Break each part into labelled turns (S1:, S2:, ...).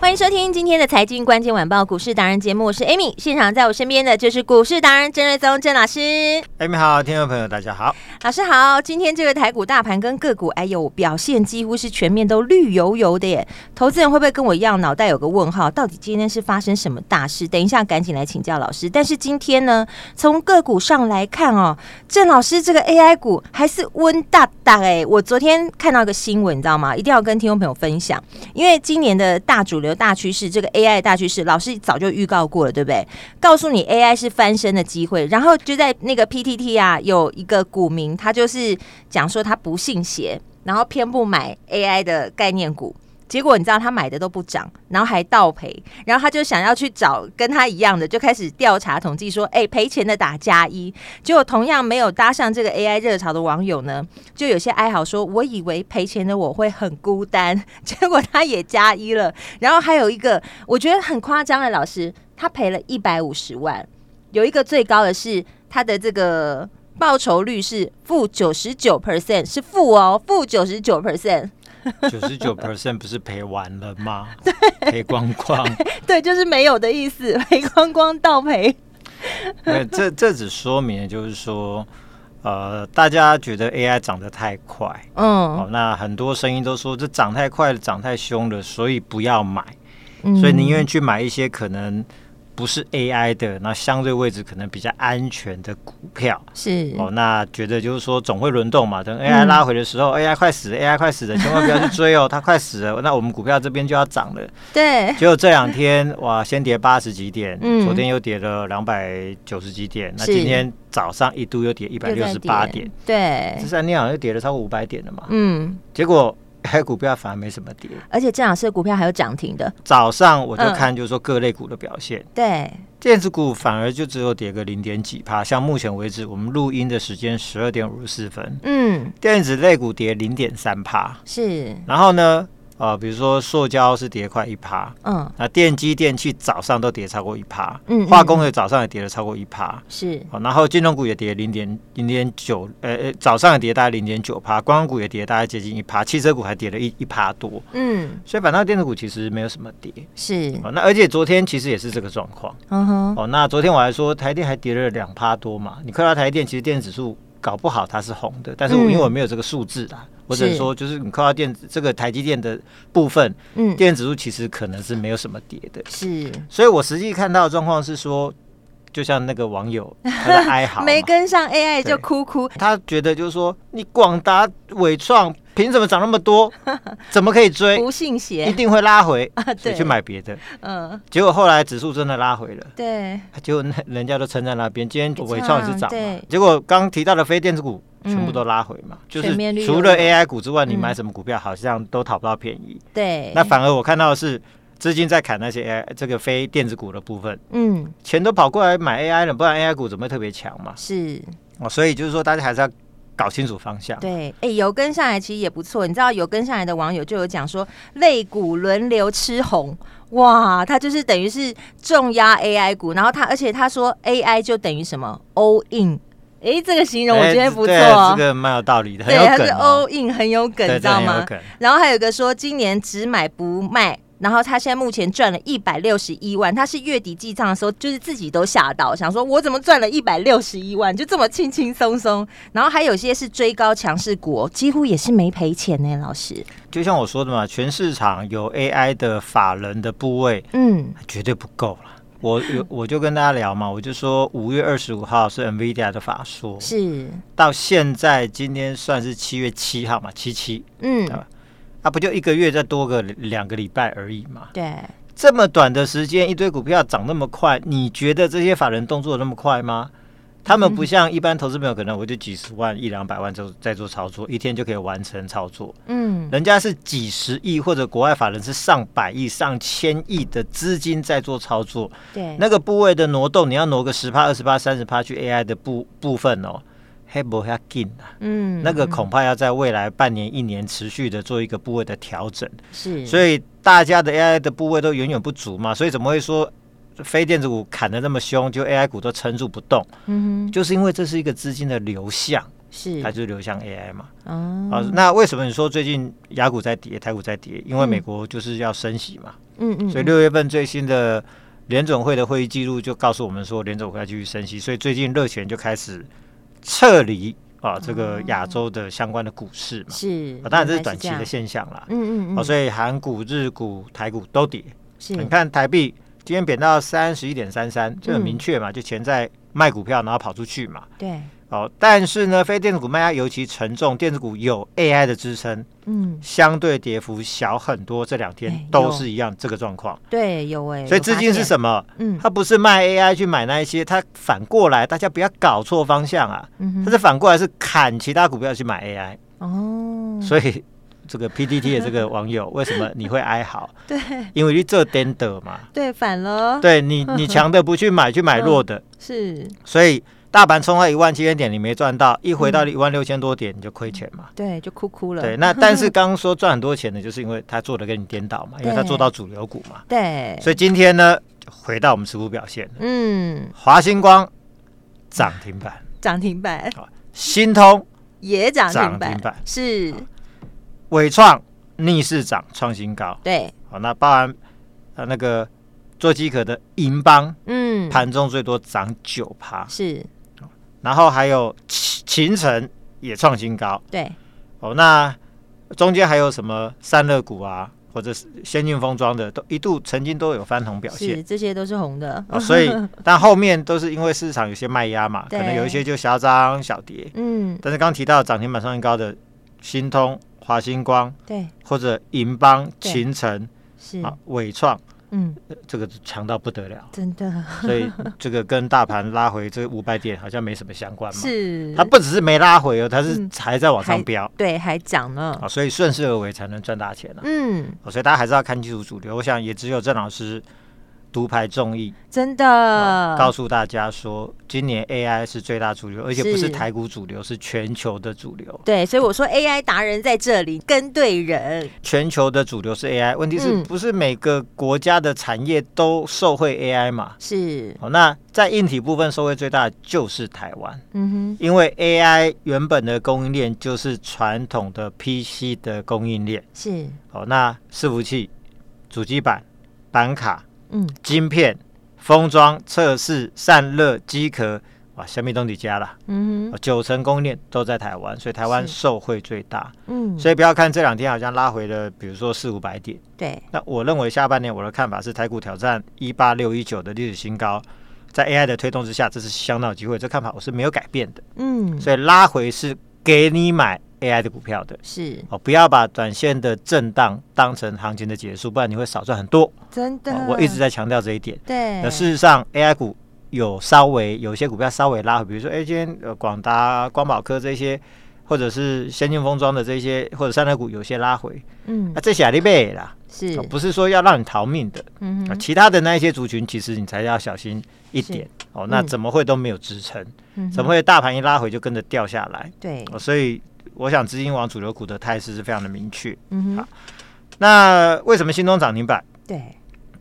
S1: 欢迎收听今天的财经关键晚报股市达人节目，我是 Amy，现场在我身边的就是股市达人郑瑞宗郑老师，
S2: 艾米哎好，听众朋友大 家好。
S1: 老师好。今天这个台股大盘跟个股，哎呦，表现几乎是全面都绿油油的耶，投资人会不会跟我一样脑袋有个问号？到底今天是发生什么大事？等一下赶紧来请教老师。但是今天呢，从个股上来看哦，郑老师这个 AI 股还是温大大哎，我昨天看到一个新闻，你知道吗？一定要跟听众朋友分享。因为今年的大主流大趋势，这个 AI 的大趋势，老师早就预告过了，对不对？告诉你 AI 是翻身的机会，然后就在那个 PTT 啊，有一个股民，他就是讲说他不信邪，然后偏不买 AI 的概念股。结果你知道他买的都不涨，然后还倒赔，然后他就想要去找跟他一样的，就开始调查统计说，哎，赔钱的打加一。结果同样没有搭上这个 AI 热潮的网友呢，就有些哀嚎说，我以为赔钱的我会很孤单， 结果他也加一了。然后还有一个，我觉得很夸张的老师，他赔了一百五十万，有一个最高的是他的这个报酬率是负九十九 percent，是负哦，负九十九 percent。
S2: 九十九 percent 不是赔完了吗？赔光光。
S1: 对，就是没有的意思， 赔光光倒赔。
S2: 那这这只说明了就是说，呃，大家觉得 AI 涨得太快，
S1: 嗯，
S2: 哦，那很多声音都说这涨太快了，涨太凶了，所以不要买，
S1: 嗯
S2: 所以宁愿去买一些可能不是 AI 的，那相对位置可能比较安全的股票。
S1: 是嗯
S2: 哦，那觉得就是说总会轮动嘛，等 AI 拉回的时候、a i 快死了，AI 快死了，千万不要去追哦，它快死了，那我们股票这边就要涨了。
S1: 对，
S2: 结果这两天哇，先跌八十几点，
S1: 嗯
S2: 昨天又跌了两百九十几点，那
S1: 是
S2: 今天早上一度又跌一百六十八点，，
S1: 对
S2: 这，三天好像又跌了超过五百点了嘛。
S1: 嗯，
S2: 结果还股票反而没什么跌，
S1: 而且郑老师的股票还有涨停的，
S2: 早上我就看就是说各类股的表现，
S1: 对，
S2: 电子股反而就只有跌个零点几趴，像目前为止我们录音的时间十二点五十四分，
S1: 嗯，
S2: 电子类股跌零点三趴，
S1: 是，
S2: 然后呢，呃，比如说塑胶是跌快一趴，
S1: 嗯，
S2: 那电机、电器早上都跌超过一趴，
S1: 嗯嗯
S2: 化工也早上也跌了超过一趴，
S1: 是，
S2: 好，然后金融股也跌零点零点九，呃呃，早上也跌大概零点九趴，观光股也跌大概接近一趴，汽车股还跌了一一趴多，
S1: 嗯，
S2: 所以反倒电子股其实没有什么跌，
S1: 是，
S2: 哦，那而且昨天其实也是这个状况，
S1: 嗯哼，
S2: 哦，那昨天我还说台电还跌了两趴多嘛，你看到台电其实电子指数搞不好它是红的，但是我
S1: 嗯
S2: 因为我没有这个数字啦。我只能
S1: 是
S2: 说，就是你看到电子这个台积电的部分，
S1: 嗯，
S2: 电子指数其实可能是没有什么跌的。
S1: 是，
S2: 所以我实际看到的状况是说，就像那个网友他在 哀嚎嘛，
S1: 没跟上 AI 就
S2: 对
S1: 哭哭，
S2: 他觉得就是说，你广达、伟创凭什么涨那 么多？怎么可以追？
S1: 不信
S2: 一
S1: 邪，
S2: 定会拉回，所
S1: 啊对
S2: 以去买别的。
S1: 嗯，
S2: 结果后来指数真的拉回了。
S1: 对，
S2: 结果那人家都撑在那边，今天
S1: 没
S2: 伟
S1: 错
S2: 创也是涨嘛
S1: 对，
S2: 结果刚提到的非电子股全
S1: 嗯
S2: 部都拉回嘛，就
S1: 全面绿
S2: 是
S1: 油
S2: 除了
S1: 油
S2: AI 股之外，你
S1: 嗯
S2: 买什么股票好像都讨不到便宜。
S1: 对，
S2: 那，反而我看到的是资金在砍那些 AI 这个非电子股的部分，
S1: 嗯，
S2: 钱都跑过来买 AI 了，不然 AI 股怎么会特别强嘛？
S1: 是，
S2: 哦，所以就是说大家还是要搞清楚方向。
S1: 对，哎、有跟上来其实也不错。你知道有跟上来的网友就有讲说，类股轮流吃红，哇，他就是等于是重压 AI 股，然后他而且他说 AI 就等于什么 all in，哎、这个形容我
S2: 哎
S1: 觉得不错。
S2: 对这个蛮有道理的，很
S1: 对，
S2: 有
S1: 他是
S2: 梗哦，
S1: all in 很有梗，
S2: 对
S1: 你知道
S2: 这很
S1: 吗
S2: 有？梗
S1: 然后还有一个说今年只买不卖，然后他现在目前赚了一百六十一万，他是月底记账的时候就是自己都吓到，想说我怎么赚了一百六十一万，就这么轻轻松松。然后还有些是追高强势股哦，几乎也是没赔钱呢，老师。
S2: 就像我说的嘛，全市场有 AI 的法人的部位
S1: 嗯，
S2: 绝对不够了。我有我就跟大家聊嘛，我就说五月二十五号是 NVIDIA 的法说，
S1: 是，
S2: 到现在今天算是七月七号嘛，七七
S1: 嗯，
S2: 啊，不就一个月再多个两个礼拜而已嘛。
S1: 对，
S2: 这么短的时间，一堆股票涨那么快，你觉得这些法人动作那么快吗？他们
S1: 嗯
S2: 不像一般投资朋友，可能我就几十万、一两百万就在做操作，一天就可以完成操作。
S1: 嗯，
S2: 人家是几十亿或者国外法人是上百亿、上千亿的资金在做操作，
S1: 对，
S2: 那个部位的挪动，你要挪个十趴、二十趴、三十趴去 AI 的部部分哦，黑不要紧啊，
S1: 嗯
S2: 那个恐怕要在未来半年、一年持续的做一个部位的调整。
S1: 是，
S2: 所以大家的 AI 的部位都远远不足嘛，所以怎么会说非电子股砍得那么凶，就 AI 股都撑住不动？
S1: 嗯
S2: 就是因为这是一个资金的流向，
S1: 哼，是
S2: 它，就是流向 AI 嘛。
S1: 哦，
S2: 啊，那为什么你说最近雅股在跌，台股在跌？因为
S1: 嗯
S2: 美国就是要升息嘛，
S1: 嗯嗯，
S2: 所以
S1: 嗯
S2: 六月份最新的联总会的会议记录就告诉我们说，联总会要继续升息，所以最近热钱就开始撤离啊这个亚洲的相关的股市嘛。
S1: 哦是，
S2: 啊，当然这
S1: 原
S2: 是
S1: 来
S2: 短期
S1: 样
S2: 的，现象啦。
S1: 嗯嗯
S2: 哦，
S1: 嗯，
S2: 所以韩股、日股、台股都跌。
S1: 是，
S2: 你看台币今天贬到三十一点三三，这很
S1: 嗯
S2: 明确嘛，就钱在卖股票，然后跑出去嘛。
S1: 对，
S2: 哦，但是呢，非电子股卖压尤其沉重，电子股有 AI 的支撑，
S1: 嗯，
S2: 相对跌幅小很多。这两天
S1: 哎有
S2: 都是一样这个状况，
S1: 对，有哎，
S2: 所以
S1: 有
S2: 资
S1: 发
S2: 金是
S1: 现？
S2: 什么？
S1: 嗯
S2: 它不是卖 AI 去买那一些，它反过来，大家不要搞错方向啊！
S1: 嗯
S2: 它
S1: 哼，
S2: 是反过来是砍其他股票去买 AI，
S1: 哦，
S2: 所以这个 PDT 的这个网友为什么你会哀嚎？
S1: 对
S2: 因为你做 d e n d 嘛，
S1: 对，反了，
S2: 对 你你强的不去买，去买弱的，
S1: 是，
S2: 所以大盘冲到一万七千点，你没赚到，一回到一万六千多点你就亏钱嘛。
S1: 嗯对，就哭哭了，
S2: 对， 那但是刚刚说赚很多钱的，就是因为他做的跟你颠倒嘛，因为他
S1: 对
S2: 做到主流股嘛。
S1: 对，
S2: 所以今天呢，就回到我们持股表现，
S1: 嗯，
S2: 华星光涨停板，
S1: 涨停板
S2: 新通、
S1: 也涨停
S2: 涨
S1: 板
S2: 停板，
S1: 是，
S2: 伟创逆势涨创新高。
S1: 对，
S2: 好，那包含呃那个做机壳的银邦，
S1: 嗯，
S2: 盘中最多涨九趴。
S1: 是，
S2: 然后还有秦秦城也创新高
S1: 对，
S2: 哦。那中间还有什么散热股啊，或者是先进封装的，都一度曾经都有翻红表现
S1: 是，。这些都是红的，
S2: 哦、所以，但后面都是因为市场有些卖压嘛，可
S1: 对
S2: 能有一些就小涨小跌。
S1: 嗯，
S2: 但是刚提到涨停板创新高的新通、华星光
S1: 对，
S2: 或者银邦、
S1: 对
S2: 秦城
S1: 是，
S2: 啊、伟创，
S1: 嗯，。
S2: 呃这个强到不得了
S1: 真的
S2: 所以这个跟大盘拉回这五百点好像没什么相关嘛。
S1: 是，
S2: 它不只是没拉回哦，它是
S1: 嗯
S2: 还在往上
S1: 还
S2: 飙
S1: 对，还涨呢，
S2: 啊，所以顺势而为才能赚大钱啊。
S1: 嗯，
S2: 哦所以大家还是要看清楚主流。我想也只有郑老师独排众议，
S1: 真
S2: 啊
S1: 的，
S2: 告诉大家说，今年 AI 是最大主流，而且不
S1: 是
S2: 是台股主流，是全球的主流。
S1: 对，所以我说 AI 达人在这里跟对人，
S2: 全球的主流是 AI，问题是
S1: 嗯
S2: 不是每个国家的产业都受惠 AI 嘛？
S1: 是，
S2: 好，那在硬体部分受惠最大的就是台湾，
S1: 嗯哼，
S2: 因为 AI 原本的供应链就是传统的 PC 的供应链。
S1: 是，
S2: 好，那伺服器、主机板、板卡、
S1: 嗯，
S2: 晶片、封装、测试、散热、机壳，哇，小米东底加啦，
S1: 嗯哼，
S2: 九成供应链都在台湾，所以台湾
S1: 是
S2: 受惠最大。
S1: 嗯，
S2: 所以不要看这两天好像拉回了，比如说四五百点。
S1: 对，
S2: 那我认为下半年我的看法是，台股挑战一八六一九的历史新高，在 AI 的推动之下，这是相当有机会。这看法我是没有改变的，
S1: 嗯，
S2: 所以拉回是给你买 AI 的股票的。
S1: 是
S2: 哦，不要把短线的震荡当成行情的结束，不然你会少赚很多、
S1: 真
S2: 哦
S1: 的，
S2: 我一直在强调这一点。
S1: 对，
S2: 那事实上，AI 股有稍微有一些股票稍微拉回，比如说，哎、今天呃广达、光宝科这些，或者是先进封装的这些，或者三类股有些拉回，
S1: 嗯
S2: 那、，这些利贝啦、
S1: 是
S2: 哦，不是说要让你逃命的。
S1: 嗯
S2: 啊
S1: 哼，
S2: 其他的那一些族群，其实你才要小心一点哦。那
S1: 嗯
S2: 怎么会都没有支撑？
S1: 嗯
S2: 怎
S1: 哼，
S2: 么会大盘一拉回就跟着掉下来？
S1: 对，
S2: 哦，所以我想资金往主流股的态势是非常的明确。
S1: 嗯
S2: 啊
S1: 哼，
S2: 那为什么新东涨停板？
S1: 对，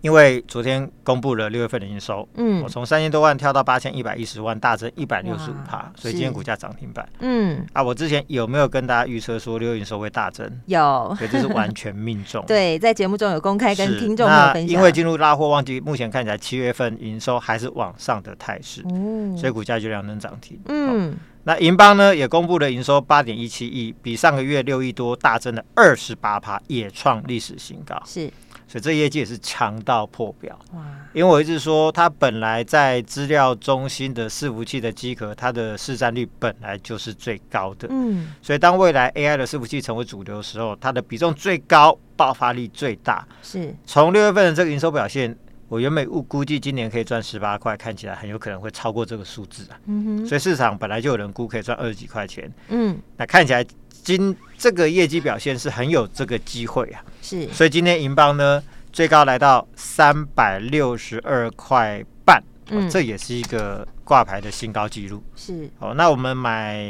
S2: 因为昨天公布了六月份的营收，
S1: 嗯
S2: 我从三千多万跳到八千一百一十万，大增一百六十五
S1: 哇
S2: 趴，所以今
S1: 是
S2: 天股价涨停板
S1: 嗯，
S2: 啊！我之前有没有跟大家预测说六月营收会大 增？
S1: 有，。
S2: 所以这是完全命中
S1: 对，在节目中有公开
S2: 是，
S1: 跟听众朋友
S2: 那
S1: 分享，
S2: 因为进入拉货旺季，目前看起来七月份营收还是往上的态势，
S1: 哦，
S2: 所以股价就量能涨停。哦，
S1: 嗯，
S2: 那银邦呢也公布了营收八点一七亿，比上个月六亿多大增了二十八趴，也创历史新高。
S1: 是，
S2: 所以这业绩也是强到破表。
S1: 哇，
S2: 因为我一直说，它本来在资料中心的伺服器的机壳，它的市占率本来就是最高的。
S1: 嗯，
S2: 所以，当未来 AI 的伺服器成为主流的时候，它的比重最高，爆发力最大。
S1: 是
S2: 从六月份的这个营收表现，我原本估估计今年可以赚十八块，看起来很有可能会超过这个数字啊。
S1: 嗯哼，
S2: 所以市场本来就有人估可以赚二十几块钱，
S1: 嗯，
S2: 那看起来今这个业绩表现是很有这个机会啊。
S1: 是
S2: 所以今天银邦呢，最高来到三百六十二块半，哦
S1: 嗯
S2: 这也是一个挂牌的新高纪录。
S1: 是，
S2: 哦，那我们买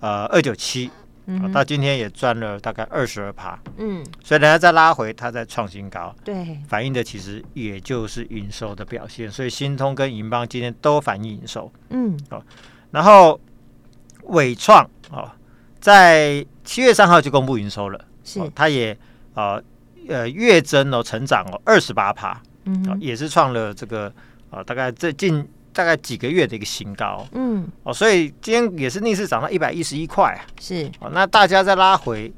S2: 呃二九七，
S1: 嗯
S2: 哦
S1: 哼
S2: 到今天也赚了大概二十二趴，
S1: 嗯，
S2: 所以人家再拉回，它再创新高。
S1: 对，
S2: 反映的其实也就是营收的表现，所以新通跟银邦今天都反映营收。
S1: 嗯，
S2: 然后伟创哦，在七月三号就公布营收了，
S1: 是，
S2: 哦，它也呃呃月增哦成长哦二十八趴，
S1: 嗯
S2: 哦
S1: 哼，
S2: 也是创了这个呃大概这近大概几个月的一个新高
S1: 嗯，
S2: 哦，所以今天也是逆势涨到一百一十一块啊
S1: 是，
S2: 哦，那大家再拉回，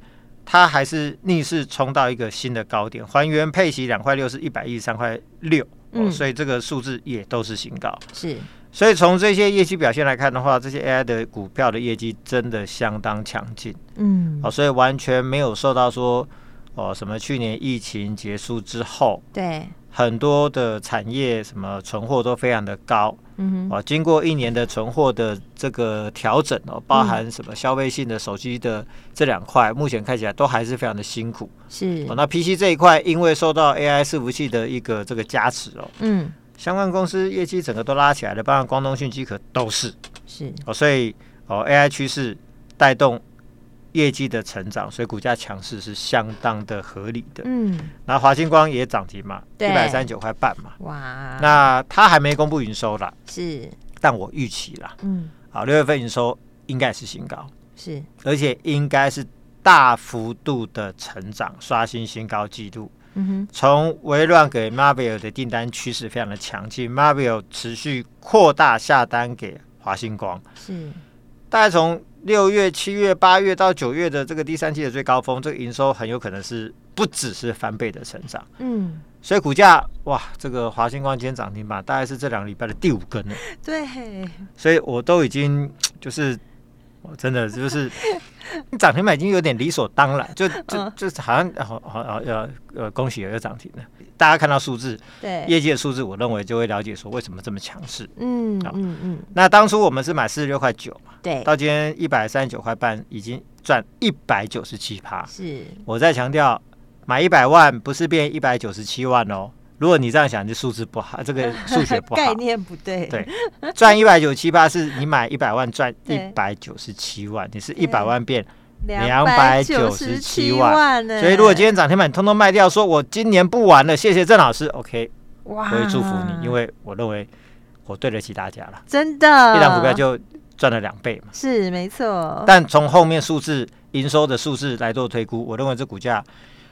S2: 它还是逆势冲到一个新的高点，还原配息两块六是一百一十三块六。哦，
S1: 嗯
S2: 所以这个数字也都是新高，
S1: 是，
S2: 所以从这些业绩表现来看的话，这些 AI 的股票的业绩真的相当强劲，
S1: 嗯，
S2: 哦，所以完全没有受到说，哦，什么去年疫情结束之后，
S1: 对，
S2: 很多的产业什么存货都非常的高，
S1: 嗯哼，
S2: 哦，经过一年的存货的这个调整
S1: 嗯
S2: 哦，包含什么消费性的手机的这两块，目前看起来都还是非常的辛苦。
S1: 是
S2: 哦，，那 PC 这一块，因为受到 AI 伺服器的一个这个加持哦，
S1: 嗯，
S2: 相关公司业绩整个都拉起来了，包括光通讯、机壳都是
S1: 是，
S2: 哦，所以哦 AI 趋势带动业绩的成长，所以股价强势是相当的合理的。
S1: 嗯，
S2: 那华星光也涨停嘛，一
S1: 对啊
S2: 百三十九块半嘛，
S1: 哇，
S2: 那它还没公布营收啦，
S1: 是，
S2: 但我预期啦，
S1: 嗯，
S2: 好，六月份营收应该是新高，
S1: 是，
S2: 而且应该是大幅度的成长，刷新新高纪录。
S1: 嗯哼，
S2: 从微软给 Marvel 的订单趋势非常的强劲，Marvel 持续扩大下单给华星光，
S1: 是，
S2: 大概从六月、七月、八月到九月的这个第三季的最高峰，这个营收很有可能是不只是翻倍的成长，
S1: 嗯，
S2: 所以股价哇，这个华星光今天涨停板大概是这两个礼拜的第五根了，
S1: 对，
S2: 所以我都已经就是。我真的就是 涨停板已经有点理所当然，就就
S1: 嗯
S2: 就是好像好好好呃呃恭喜又涨停了。大家看到数字，
S1: 对，
S2: 业界数字，我认为就会了解说为什么这么强势。
S1: 嗯，
S2: 好
S1: 嗯，嗯，
S2: 那当初我们是买四十六块九嘛，
S1: 对，
S2: 到今天一百三十九块半，已经赚一百九十七趴。
S1: 是，
S2: 我再强调，买一百万不是变一百九十七万哦。如果你这样想，这数字不好，这个数学 不
S1: 概
S2: 好。
S1: 念不对，
S2: 对赚一百九十七趴是你买一百万赚一
S1: 对
S2: 百九十七万，你是
S1: 对
S2: 一百万变。
S1: 297万呢，
S2: 所以如果今天涨停板通通卖掉，说我今年不玩了，谢谢郑老师，OK，
S1: 哇，
S2: 我会祝福你，因为我认为我对得起大家了。
S1: 真的
S2: 一档股票就赚了两倍嘛。
S1: 是没错，
S2: 但从后面数字营收的数字来做推估，我认为这股价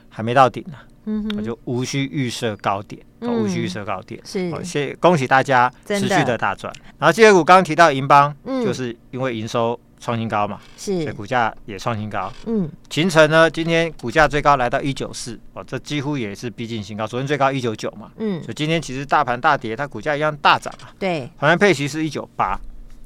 S2: 还没到顶呢、
S1: 嗯
S2: 我
S1: 哼，
S2: 就无需预设高点，哦
S1: 嗯
S2: 无需预设高点。
S1: 是
S2: 哦谢恭喜大家
S1: 真
S2: 持
S1: 的
S2: 续的大赚。然后第二股刚刚提到银邦，
S1: 嗯
S2: 就是因为营收创新高嘛，所以
S1: 是，
S2: 股价也创新高。
S1: 嗯，
S2: 秦城呢，今天股价最高来到一九四，哦，这几乎也是逼近新高。昨天最高一九九嘛，
S1: 嗯
S2: 所，以今天其实大盘大跌，它股价一样大涨啊。
S1: 对，
S2: 好像配息是一九八，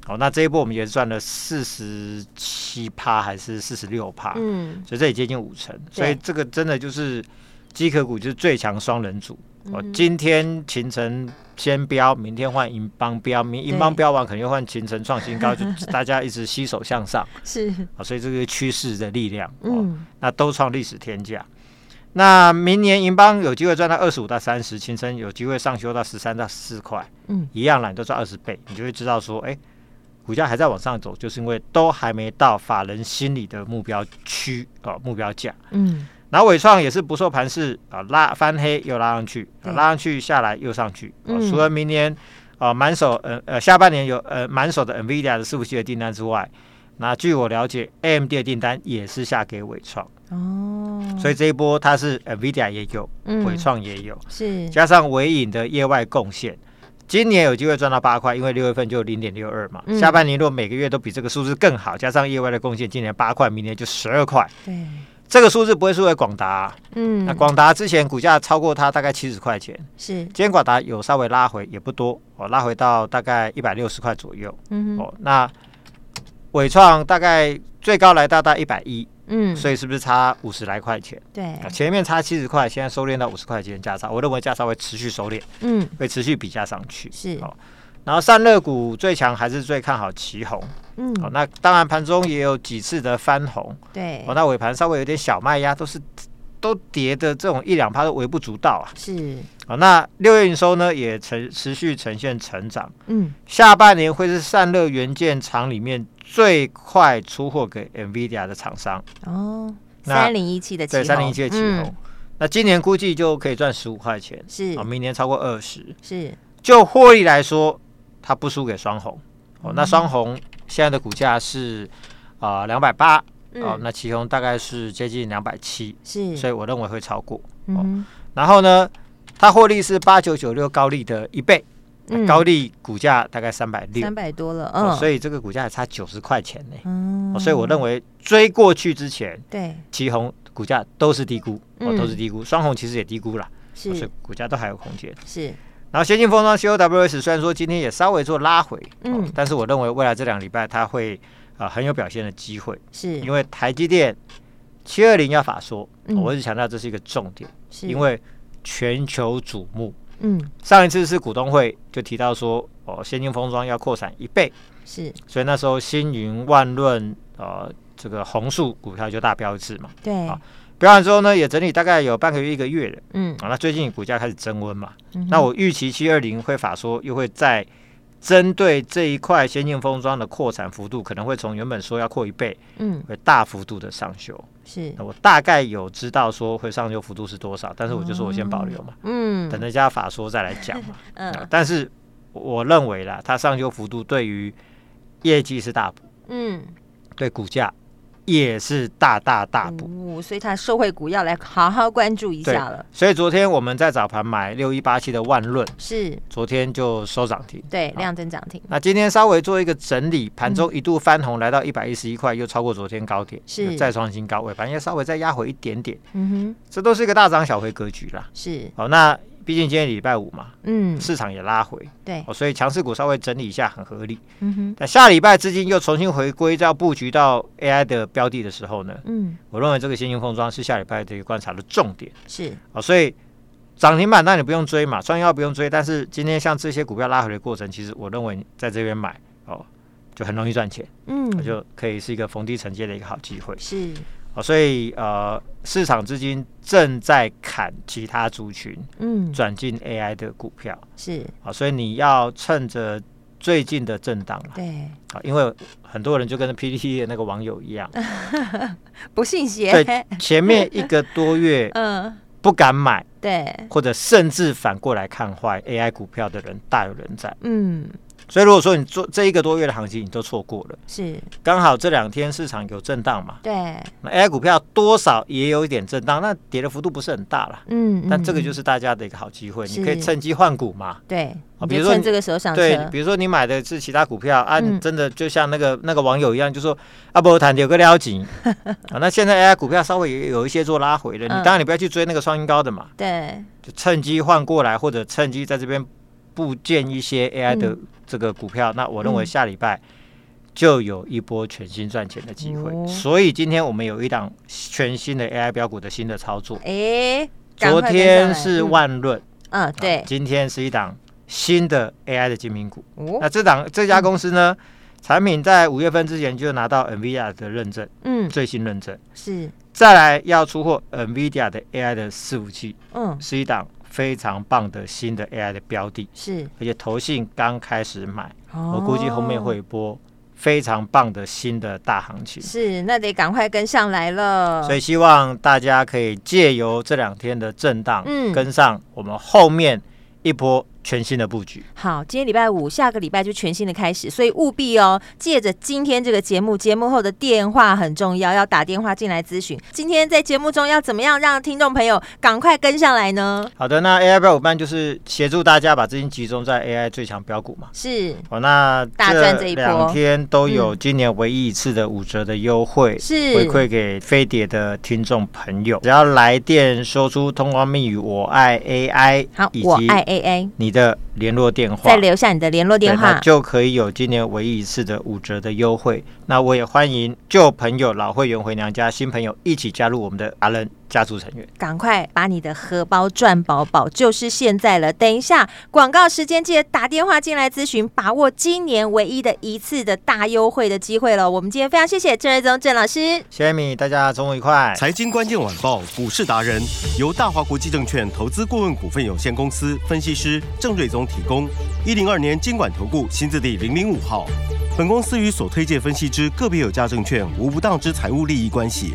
S2: 好，那这一波我们也是赚了四十七趴还是四十六趴，
S1: 嗯，
S2: 所以这也接近五成，
S1: 对
S2: 所以这个真的就是机壳股就是最强双人组。哦，
S1: 嗯
S2: 今天秦城先标，明天换银邦标，明银邦标完肯定换秦城创新高，就大家一直携手向上
S1: 是，
S2: 啊、所以这个趋势的力量，哦，
S1: 嗯，
S2: 那都创历史天价。那明年银邦有机会赚到二十五到三十，秦城有机会上修到十三到十四块，
S1: 嗯，
S2: 一样啦，你都赚二十倍，你就会知道说，哎、股价还在往上走，就是因为都还没到法人心里的目标区啊、哦目标价。
S1: 嗯，
S2: 然后伟创也是不受盘势啊，拉翻黑又拉上去、啊
S1: 对
S2: 拉上去下来又上去。啊
S1: 嗯
S2: 除了明年啊满手呃呃下半年有呃满手的 NVIDIA 的伺服器的订单之外，那据我了解，AMD 的订单也是下给伟创。
S1: 哦，
S2: 所以这一波它是 NVIDIA 也有，
S1: 嗯
S2: 伟创也有，
S1: 是，
S2: 加上伟影的业外贡献，今年有机会赚到八块，因为六月份就零点六二嘛。
S1: 嗯
S2: 下半年如果每个月都比这个数字更好，加上业外的贡献，今年八块，明年就十二块，
S1: 对，
S2: 这个数字不会输给广达啊、
S1: 嗯
S2: 那广达之前股价超过它大概七十块钱，
S1: 是，
S2: 今天广达有稍微拉回，也不多哦，拉回到大概一百六十块左右
S1: 嗯哼
S2: 哦。那伟创大概最高来到大概一百一，
S1: 嗯，哎
S2: 所以是不是差五十来块钱？
S1: 对
S2: 啊，前面差七十块，现在收敛到五十块钱价差，我认为价差会持续收敛，
S1: 嗯
S2: 会持续比价上去。
S1: 是
S2: 哦，然后散热股最强还是最看好旗红。
S1: 嗯
S2: 哦，那当然盘中也有几次的翻红，
S1: 对
S2: 哦，那尾盘稍微有点小卖压，都是都跌的这种一两趴都微不足道啊。
S1: 是，
S2: 哦，那六月营收呢也呈持续呈现成长，
S1: 嗯
S2: 下半年会是散热元件厂里面最快出货给 NVIDIA 的厂商，
S1: 哦，
S2: 那
S1: 三零一七的
S2: 对，
S1: 旗
S2: 三零
S1: 红
S2: 一七的旗
S1: 嗯
S2: 红。那今年估计就可以赚十五块钱，
S1: 是
S2: 哦，明年超过二十。
S1: 是，
S2: 就获利来说，它不输给双红。哦，
S1: 嗯
S2: 那双红现在的股价是啊两百八，哦，
S1: 嗯
S2: 那旗红大概是接近两百七，
S1: 是，
S2: 所以哦我认为会超过。
S1: 嗯
S2: 然后呢，它获利是八九九六高利的一倍，
S1: 哼
S2: 高利股价大概三百六
S1: 嗯三，百多了，
S2: 哦
S1: 嗯，
S2: 所
S1: 以
S2: 以这个股价还差九十块钱呢、
S1: 嗯
S2: 哦所以我认为追过去之前，
S1: 对
S2: 旗红股价都是低估，哦，
S1: 嗯
S2: 都是低估，双红其实也低估了，哦所
S1: 是
S2: 以股价都还有空间。
S1: 是
S2: 然后先进封装 COWS 虽然说今天也稍微做拉回，
S1: 嗯
S2: 哦但是我认为未来这两个礼拜它会啊、呃很有表现的机会，因
S1: 是
S2: 为台积电七二零要法说，哦
S1: 嗯
S2: 我一直强调这是一个重点，
S1: 是，
S2: 因为全球瞩目。
S1: 嗯
S2: 上一次是股东会就提到说，哦，先进封装要扩产一倍，
S1: 是
S2: 所以那时候星云、万润、呃这个红树股票就大飙一次嘛，
S1: 对，
S2: 好飙完之后呢，也整理大概有半个月一个月了，
S1: 嗯，
S2: 啊，那最近股价开始增温嘛，
S1: 嗯
S2: 那
S1: 哼
S2: 我预期七二零会法说又会在针对这一块先进封装的扩产幅度，可能会从原本说要扩一倍，
S1: 嗯
S2: 会大幅度的上修。
S1: 是
S2: 那我大概有知道说会上修幅度是多少，但是我就说我先保留嘛，
S1: 嗯
S2: 等人家法说再来讲嘛。啊
S1: 嗯
S2: 但是我认为啦，它上修幅度对于业绩是大补，
S1: 嗯
S2: 对股价也是大大大补。
S1: 五，嗯所以它受惠股要来好好关注一
S2: 对
S1: 下了，，
S2: 所以昨天我们在早盘买六一八七的万润，
S1: 是
S2: 昨天就收涨停。
S1: 对
S2: 好
S1: 量增涨停
S2: 那今天稍微做一个整理，盘中一度翻红，来到一百一十一块，又超过昨天高点，
S1: 嗯是
S2: 又再创新高位，反正稍微再压回一点点，
S1: 嗯哼
S2: 这都是一个大涨小回格局啦。
S1: 是
S2: 好、那毕竟今天礼拜五嘛，
S1: 嗯
S2: 市场也拉回，
S1: 对
S2: 哦，所以强势股稍微整理一下很合理。
S1: 嗯哼
S2: 那下礼拜资金又重新回归到布局到 AI 的标的的时候呢，
S1: 嗯
S2: 我认为这个先行封装是下礼拜的一个观察的重点。
S1: 是
S2: 哦，所以涨停板那你不用追嘛，创业不用追，但是今天像这些股票拉回的过程，其实我认为你在这边买哦，就很容易赚钱，
S1: 嗯
S2: 我就可以是一个逢低承接的一个好机会
S1: 是
S2: 哦，所以呃，市场资金正在砍其他族群
S1: 嗯
S2: 转进 AI 的股票
S1: 是
S2: 啊、哦，所以你要趁着。最近的震荡了
S1: 对
S2: 啊，因为很多人就跟 PPT 的那个网友一样，
S1: 哎不信
S2: 对
S1: 邪
S2: 前面一个多月
S1: 嗯
S2: 不敢买，
S1: 对
S2: 或者甚至反过来看坏 AI 股票的人大有人在。
S1: 嗯
S2: 所以如果说你做这一个多月的行情你都错过了，
S1: 是
S2: 刚好这两天市场有震荡嘛，
S1: 对
S2: 那 AI 股票多少也有一点震荡，那跌的幅度不是很大啦。
S1: 嗯
S2: 但这个就是是大家的一个好机会，
S1: 是
S2: 你可以趁机换股嘛。
S1: 对
S2: 啊
S1: 你
S2: 比如
S1: 就
S2: 说
S1: 趁
S2: 你
S1: 这个时候上
S2: 对，
S1: 车
S2: 比如说你买的是其他股票啊，
S1: 嗯
S2: 你真的就像那个那个网友一样，就说啊，不谈有个 了紧啊。那现在 AI 股票稍微也有一些做拉回了，
S1: 嗯
S2: 你当然你不要去追那个双阴高的嘛，
S1: 对
S2: 就趁机换过来，或者趁机在这边布建一些 AI 的这个股票。那我认为
S1: 嗯
S2: 下礼拜就有一波全新赚钱的机会。
S1: 哦
S2: 所以今天我们有一档全新的 AI 标股的新的操作。
S1: 哎赶
S2: 昨
S1: 快跟上
S2: 天
S1: 来
S2: 是
S1: 嗯
S2: 万润、
S1: 嗯
S2: 啊
S1: 对
S2: 今天是一档新的 AI 的精品股。那
S1: 哦嗯
S2: 这档这家公司呢，产品在五月份之前就拿到 NVIDIA 的认证，
S1: 嗯
S2: 最新认证。
S1: 是
S2: 再来要出货 NVIDIA 的 AI 的伺服器，
S1: 嗯
S2: 是一档非常棒的新的 AI 的标的，
S1: 是
S2: 而且投信刚开始买，
S1: 我
S2: 我估计后面
S1: 哦
S2: 会有一波非常棒的新的大行情。
S1: 是，啊那得赶快跟上来了。
S2: 所以希望大家可以借由这两天的震荡，
S1: 嗯
S2: 跟上我们后面一波全新的布局。
S1: 好，今天礼拜五，下个礼拜就全新的开始，所以务必哦，借着今天这个节目，节目后的电话很重要，要打电话进来咨询。今天在节目中要怎么样让听众朋友赶快跟上来呢？
S2: 好的，那 AI 标股班就是协助大家把资金集中在 AI 最强标股嘛。
S1: 是
S2: 哦，那
S1: 大赚这一波嗯
S2: 两天都有今年唯一一次的五折的优惠，
S1: 是
S2: 回馈给飞碟的听众朋友。只要来电说出通关密语“我爱 AI”，
S1: 好，
S2: 以
S1: 我
S2: 及
S1: 爱 AA，
S2: 你的联络电话，
S1: 再留下你的联络电
S2: 对
S1: 话
S2: 那。就可以有今年唯一一次的五折的优惠。那我也欢迎旧朋友、老会员回娘家，新朋友一起加入我们的阿伦家族成员。
S1: 赶快把你的荷包赚饱饱，就是现在了！等一下广告时间，记得打电话进来咨询，把握今年唯一的一次的大优惠的机会了。我们今天非常谢谢郑瑞宗郑老师。
S2: 谢谢米，大家中午愉快。
S3: 财经关键晚报股市达人由大华国际证券投资顾问股份有限公司分析师郑瑞宗提供。一零二年经管投顾新字第零零五号。本公司与所推介分析之个别有价证券无不当之财务利益关系。